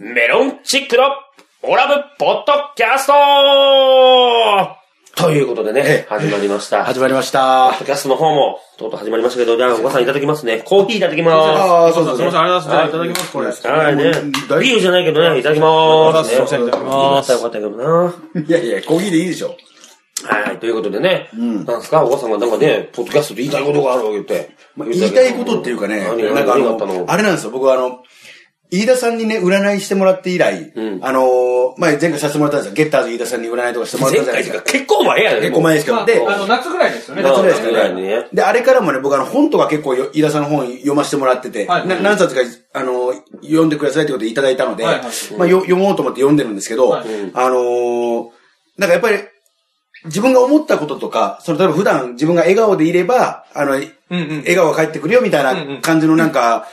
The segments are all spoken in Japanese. メロンチックのオラブポッドキャストということでね、始まりました。ポッ始まりました。ドキャストの方も、とうとう始まりましたけど、じゃあ、お母さんいただきますね。コーヒーいただきまああ、そうですすねみません、。ありがとうございます。じゃあいただきます、これ。す。はいね。大ビールじゃないけどね、いただきます。すいませんいただきますよかったよかったけどな。いやいや、コーヒーでいいでしょ。はい、ということでね、なんですか、お母さんがなんかね、ポッドキャストで言いたいことがあるわけ言って。まあ言いたいことっていうかね、何なんかあ何があったのの、あれなんですよ、僕はあの、飯田さんにね、占いしてもらって以来、んあのー、前前回させてもらったんですよ、ゲッターズ飯田さんに占いとかしてもらっ前たじゃない回とですかか。結構前やね。結構前ですけまど、あ、で、あの、夏ぐらいですよね。夏ぐらい夏ぐらいにでねすかね。で、あれからもね、僕あの本とか結構よ飯田さんの本読ませてもらってて、はいな何冊か、あの、読んでくださいってことでいただいたので、はいはいまあよ読もうと思って読んでるんですけど、はいあのーなんかやっぱり、自分が思ったこととか、その例えば普段自分が笑顔でいれば、あの、うんうん。笑顔が返ってくるよみたいな感じのなんか、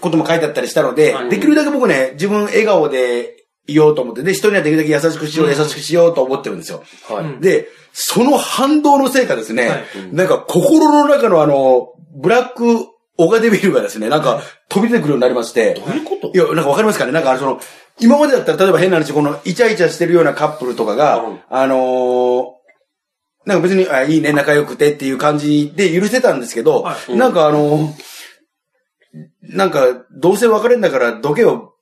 ことも書いてあったりしたので、できるだけ僕ね、自分笑顔でいようと思って、で、人にはできるだけ優しくしよう、優しくしようと思ってるんですよ。はいで、その反動のせいかですね、はいなんか心の中のあの、ブラックオガデビルがですね、なんか飛び出てくるようになりまして、どういうこといや、なんかわかりますかねなんかその、今までだったら例えば変な話、このイチャイチャしてるようなカップルとかが、うんあのーなんか別に、あ、いいね、仲良くてっていう感じで許せたんですけど、はなんかあのーなんか、どうせ別れんだから、どけよ、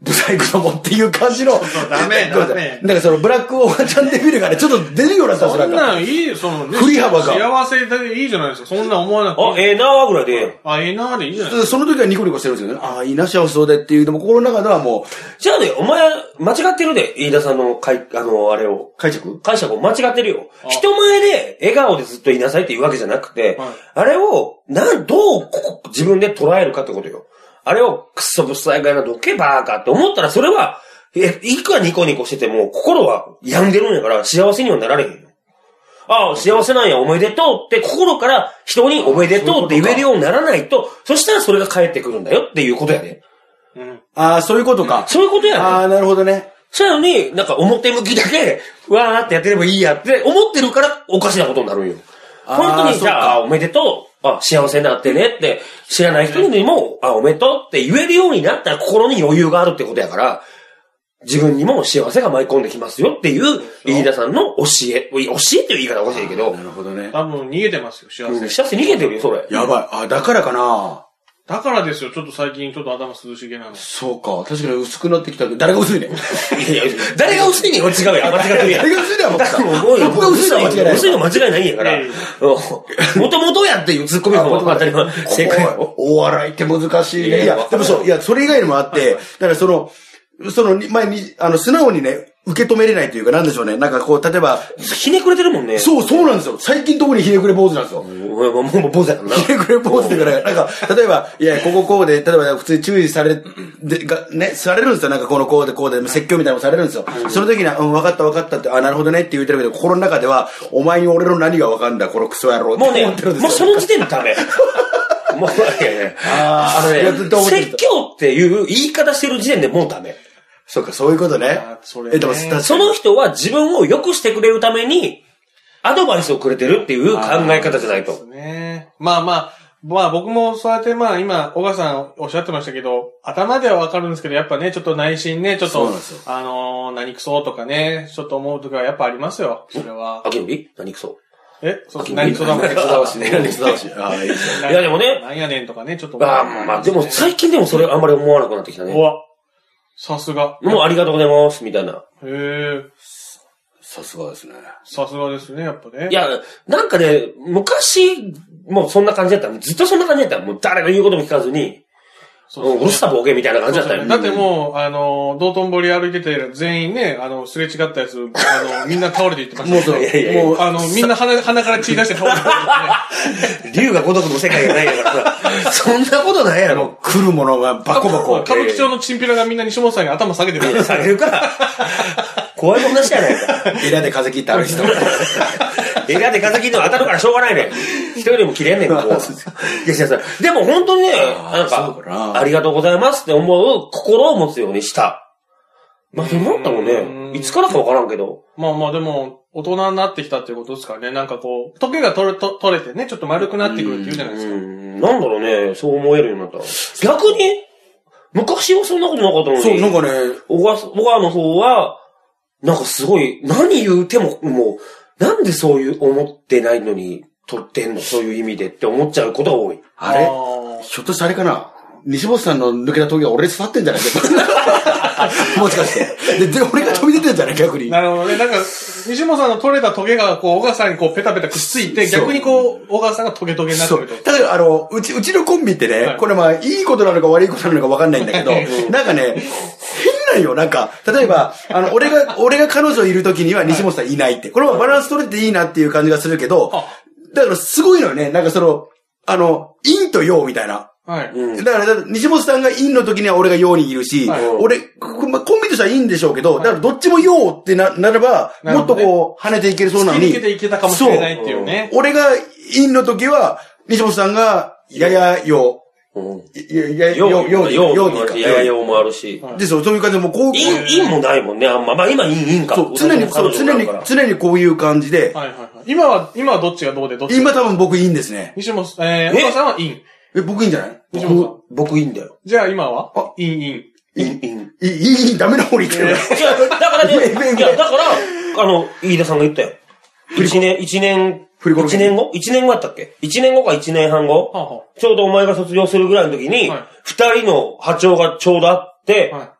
ブサイクどもっていう感じの。ダメごめんなさダいメなんかそのブラックオーガチャンネルがね、ちょっと出るようになったんですそよ、んなんか。なんいい、そのね、振り幅が幸せでいいじゃないですか。そんなん思わなくあ、て。ええなーぐらいで。あ、ええなーでいいじゃないですその時はニコニコしてるんですよね。ああ、いいな、幸せそうでっていう、でも心の中ではもじゃあね、お前、間違ってるで、飯田さんの、かい、あの、あれを。う、解釈解釈を間違ってるよ。人前で笑顔でずっと言いなさいっていうわけじゃなくて、はいあれを、なん、どうここ自分で捉えるかってことよ。あれを、くっそぶっさいがなどけばーかって思ったら、それは、え、いくらニコニコしてても、心は病んでるんやから、幸せにはなられへんよ。ああ、幸せなんや、おめでとうって、心から人におめでとうって言えるようにならないと、そしたらそれが返ってくるんだよっていうことやね。か。うん。ああ、そういうことか。そういうことやね。ああ、なるほどね。そやのに、なんか表向きだけ、わーってやってればいいやって思ってるからおかしなことになるんよ。あー本当に、そじっかゃあ、おめでとう。あ、幸せになってねって、知らない人にも、あ、おめでとうって言えるようになったら心に余裕があるってことやから、自分にも幸せが舞い込んできますよっていう、飯田さんの教え、教えっていう言い方おかしいけどな、るほどね。多分逃げてますよ、幸せ。幸せ逃げてるよ、それ。やばい。あ、だからかな。だからですよ、ちょっと最近ちょっと頭涼しげなの。そうか。確かに薄くなってきたけど、誰が薄いね。いやいや誰が薄いに違うやん。間違ってるやん。誰が薄いねは僕だ。もう僕が薄いのは間違いない。薄いのは間違いないんやからいやいや。もともとやっていうツッコミも当たり前。正解やろ。お笑いって難しいね。いいやや、でもそう、いや、それ以外にもあって、だからその、その、に前に、あの、素直にね、受け止めれないというか、なんでしょうね。なんかこう、例えば、ひねくれてるもんね。そう、そうなんですよ。最近特にひねくれ坊主なんですよ。う。もう、もう、坊主やからな。ひねくれ坊主っていうから、なんか、例えば、いや、こここうで、例えば普通に注意され、で、が、ね、されるんですよ。なんかこのこうでこうで、説教みたいなのされるんですよ。その時には、うん、分かった分かったって、あ、なるほどねって言ってるけど、心の中では、お前に俺の何が分かんだ、このクソ野郎ってもうね 思ってるん、ですよ。もうその時点でダ メ。もう、いやいや。あーのいやずっと思ってる説教っていう言い方してる時点でもうダメ。そうか、そういうことねあ。それねえ、でも、確かにその人は自分を良くしてくれるために、アドバイスをくれてるっていう考え方じゃないそうと。ですね。まあまあ、まあ僕もそうやってまあ今、小川さんおっしゃってましたけど、頭ではわかるんですけど、やっぱね、ちょっと内心ね、ちょっそうとなんですよ、あのー、何くそとかね、ちょっと思うとかやっぱありますよ、それは。あきのり何くそえそうそう、何くそだもんね。ね。何人倒し。ああ、いいですね。いやでもねなんやねんとかね、ちょっと思う。あーまあ、でも最近でもそれあんまり思わなくなってきたね。うわ、さすが。もうありがとうございます、みたいな。へえ、さすがですね。さすがですね、やっぱね。いや、なんかね、昔、もうそんな感じだったのずっとそんな感じだったのもう誰の言うことも聞かずに、そうそううんうるさボケみたいな感じだったよ。だってもう、あの、道頓堀歩いてて、全員ね、あの、すれ違ったやつ、あ の、みんな倒れていってました。もうそう、いやいやいやもう、あの、みんな鼻、鼻から血出し て倒れてましたね。竜が如くの世界がないやからさ、そんなことないやろ。来るものがバコバコ。歌舞伎町のチンピラがみんな西本さんに頭下げてた。 下げるから、怖い話じゃないか。エラで風切ったある人。映画で風切るの当たるからしょうがないね。人よりも切れんねん、ここはいやいやいやでも本当にね、あーなんそうかなか、ありがとうございますって思う心を持つようにした。まあ、でもなんだろううね。んいつからかわからんけど。まあまあでも、大人になってきたっていうことですからね。なんかこう、時計が取れ、と取れてね、ちょっと丸くなってくるっていうじゃなういですか。ん、なんだろうね、そう思えるようになった。逆に、昔はそんなことなかったのに。そう、なんかね、小川さん、小川の方は、なんかすごい、何言うても、もう、なんでそういう思ってないのに撮ってんのそういう意味でって思っちゃうことが多い。あれーひょっとしてあれかな西本さんの抜けた峠は俺に刺さってんじゃ ないかもしかして。で、で俺が飛び出てんじゃない逆に。なるほどね。なんか、西本さんの取れたトゲが、こう、小川さんにこう、ペタペタくっついて、そう逆にこう、小川さんがトゲトゲになってそるうと。。ただ、あの、うち、うちのコンビってね、はいこれまあ、いいことなのか悪いことなのか分かんないんだけ ど、なんかね、変なんよ、なんか。例えば、あの、俺が、俺が彼女いる時には西本さんいないって。これはバランス取れていいなっていう感じがするけどあ、だからすごいのよね、なんかその、あの、陰と陽みたいな。はい。うん。だから、だから西本さんが陰の時には俺が陽にいるし、はい俺、こまあコンビとしては陰でしょうけど、だからどっちも陽ってな、なれば、なるもっほどとねこう、跳ねていけるそうなの突き抜にけ、ていけたかもしれないっていうね。俺が陰の時は、西本さんが、やや陽、うん。ややよう、陽、陽に、よう陽とにかいっていか。ややようもあるし。はいで、そう、そういう感じで、もうこう、いん、いんもないもんね、あんま。まあ今、いん、いんか。そう、常に、そう、常に、常にこういう感じで、はいはいはい。今は、今はどっちがどうで、どっちが。今多分僕いいんですね。西本さん、えー、え小川さんはイン。え、僕いいんじゃない西本さん。僕いいんだよ。じゃあ今はあインイン。いん、いん。いい、いい、ダメな方に行ってる。いや、だからね、めめめいや、だから、あの、飯田さんが言ったよ。一年、一年、振り子の一年後一年後だったっけ一年後か一年半後はあはちょうどお前が卒業するぐらいの時にはい、二人の波長がちょうどあってあ。、は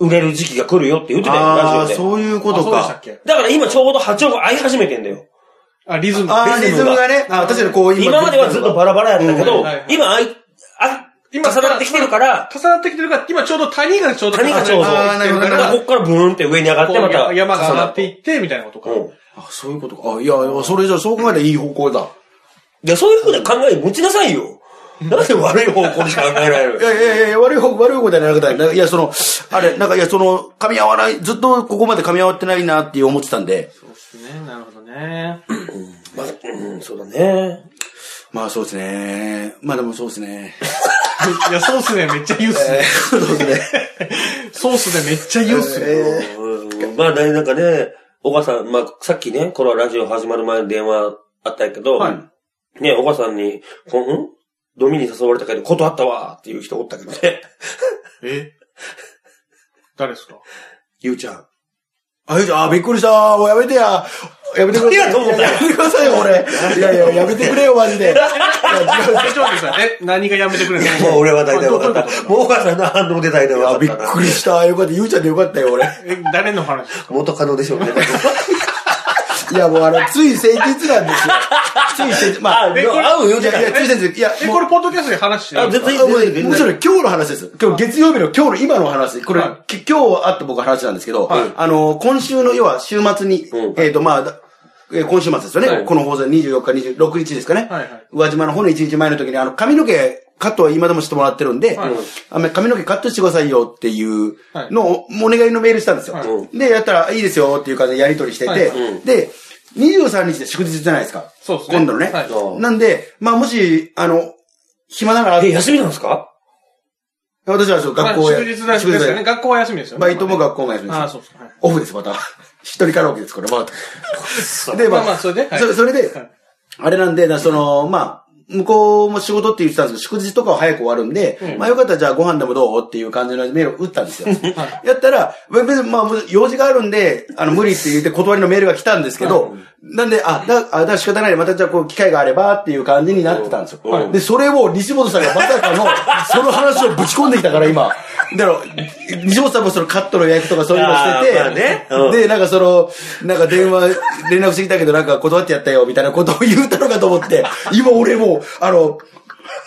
売れる時期が来るよって言ってたよ、あラジあ、オで。そういうこい。あ、とそうでしたかっ。けだから今ちょうど波長が合い始めてんだよ。あ、リズム。ああ、リズムがね。あー確かにこう今まではずっとバラバラやったけうんどはいはい、今あい、あ、今重なってきてるから、重なってきてるから、今ちょうど谷がちょうど谷がちょうどあーなるほどだからこっからブーンって上に上がってまこた。う山が上がっていって、みたいなことか。うん。あ、そういうことか。あ、いや、いやそれじゃあそう考えたらいい方向だ。いや、そういうふうな考え持ちなさいよ。なんで悪い方向にしか考えられいやるいやいやいや、悪い方、悪い方じゃなくて、なんかいや、その、あれ、なんか、いや、その、噛み合わない、ずっとここまで噛み合わってないなって思ってたんで、そうですね、なるほどね。まあ、うん、そうだね。まあそうですね。まあでもそうですね。 いや、ソースでめっちゃ言うっすね。そうですね。ソースでめっちゃ言うっすね。うんまあね、なんかね、おばさん、まあ、さっきね、このラジオ始まる前に電話あったんやけど、はね、おばさんに、こんん飲みに誘われたけど、断ったわーっていう人おった けどね。え誰ですかゆうちゃん。あ、いやあ、びっくりした。もうやめてや。やめてください。いやどうもやめてくださいよ、俺。いやいや、やめてくれよ、マジで。いや、違う。え、ちょっと待ってください。え、何がやめてくれるんですかもう俺は大体分かっどういうた。 もうおばさんの反応で大体分かあ、ったびっな。くりした。よかった。ゆうちゃんでよかったよ、俺。え、誰の話ですか元カノでし ょうね。いや、もうあの、つい先日なんですよ。つい先日、まあ、あ、でもい会うよ、じゃやいや、つい先日、いや、え、もうこれポッドキャストで話してるあ、んです絶か対、あもう絶ね対もうそれ今日の話です。今日月曜日の今日の今の話。これ、はき今日あった僕の話なんですけど、はいあの、今週の、要は週末に、うんえっ、と、まあ、だえー今週末ですよね。はいこの放送24日、26日ですかね。はいはい宇和島の方の1日前の時に、あの、髪の毛、カットは今でもしてもらってるんで、はいあの髪の毛カットしてくださいよっていうのを、お願いのメールしたんですよ。はいで、やったら、いいですよっていう感じでやり取りしてて、はいで、23日で祝日じゃないですか。そうですね今度のね。はいなんで、まあ、もし、あの、暇ながら、え、休みなんですか私はそう、学校まあや。祝日ですですよね。ね。学校は休みですよね。バイトも学校も休みです。ああ、そうです。はいオフです、また。一人カラオケです、これ、また。で、まあまあそれではいそそれではい、あれなんで、なその、まあ、向こうも仕事って言ってたんですけど、祝日とかは早く終わるんで、まあよかったらじゃあご飯でもどうっていう感じのメールを打ったんですよ。やったら、別にまあ用事があるんで、あの無理って言って断りのメールが来たんですけど、なんで、あ、だ、あ、だから仕方ない、またじゃあこう機会があればっていう感じになってたんですよ。うんで、それを西本さんがまさかの、その話をぶち込んできたから今。だから、西本さんもそのカットの予約とかそういうのしてて、あーまあねうんで、なんかその、なんか電話、連絡してきたけどなんか断ってやったよ、みたいなことを言うたのかと思って、今俺もう、あの、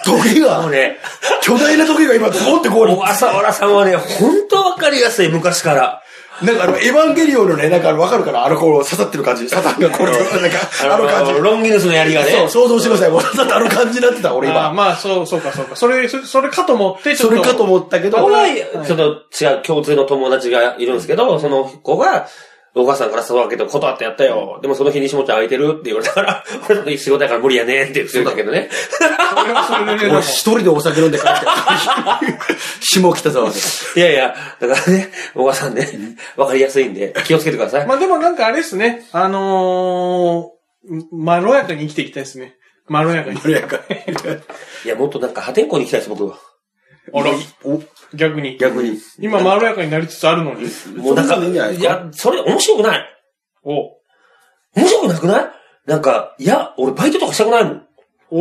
時もがう、ね、巨大な時が今、ボンってこうに小笠原さんはね、本当わかりやすい、昔から。なんかあの、エヴァンゲリオンのね、なんかあの、わかるかなあの、こう、刺さってる感じ。サタンがこれ、なんか、あの感じ。ロンギヌスの槍がね。そう、想像してください。もう、だってあの感じになってた、俺ああ今。まあ、そう、そうか、そうか。それ、そそれかと思って、ちょそっと。れかと思ったけど、こいのちょっと違う共通の友達がいるんですけど、その子が、お母さんからそうだけど、断ってやったよ。でもその日にしもちゃん空いてるって言われたから、 俺の仕事だから無理やねって言ってたけどね。それはそれでね、でも俺一人でお酒飲んで帰って。下北沢で。 いやいや、だからね、お母さんね、わかりやすいんで、気をつけてください。まあでもなんかあれですね。あのー、まろやかに生きていきたいですね。まろやかに。とにかくいや、もっとなんか破天荒に行きたいです、僕は。あらお逆に。逆に。今、まろやかになりつつあるのに。もうだからいいんじゃないですかや、それ面白くない。お、面白くなくないなんか、いや、俺バイトとかしたくないもん。お、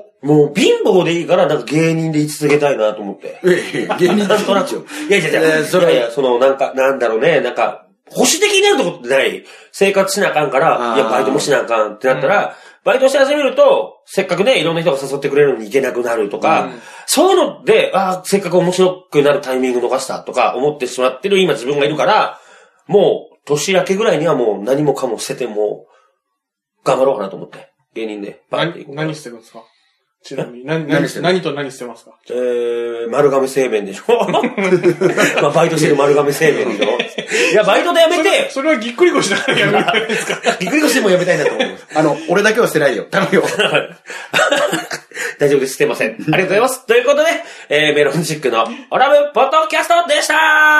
おもう貧乏でいいから、なんか芸人で居続けたいなと思って。ええ、芸人なんとなでしくょ。。いやいやいや、えーそそれれいやいや、その、なんか、なんだろうね、なんか、保守的になるとこってない。生活しなあかんから、あーいや、バイトもしなあかんってなったら、バイトし始めると、せっかくね、いろんな人が誘ってくれるのに行けなくなるとか、うんそういうので、ああ、せっかく面白くなるタイミング逃したとか思ってしまってる今自分がいるから、もう、年明けぐらいにはもう何もかも捨ててもう、頑張ろうかなと思って。芸人で、バーって行こ何、う何してるんですかちなみに、何、何何して、る何と何してますかえー、丸亀製麺で しょまあ、バイトしてる丸亀製麺でしょいや、バイトでやめそれて、それはぎっくり腰だからやめるじゃないですか。びっくりしてもやめたいなと思います。あの、俺だけは捨てないよ。頼むよ。 大丈夫です。捨てません。ありがとうございます。ということで、えー、メロンチックのオラブポッドキャストでした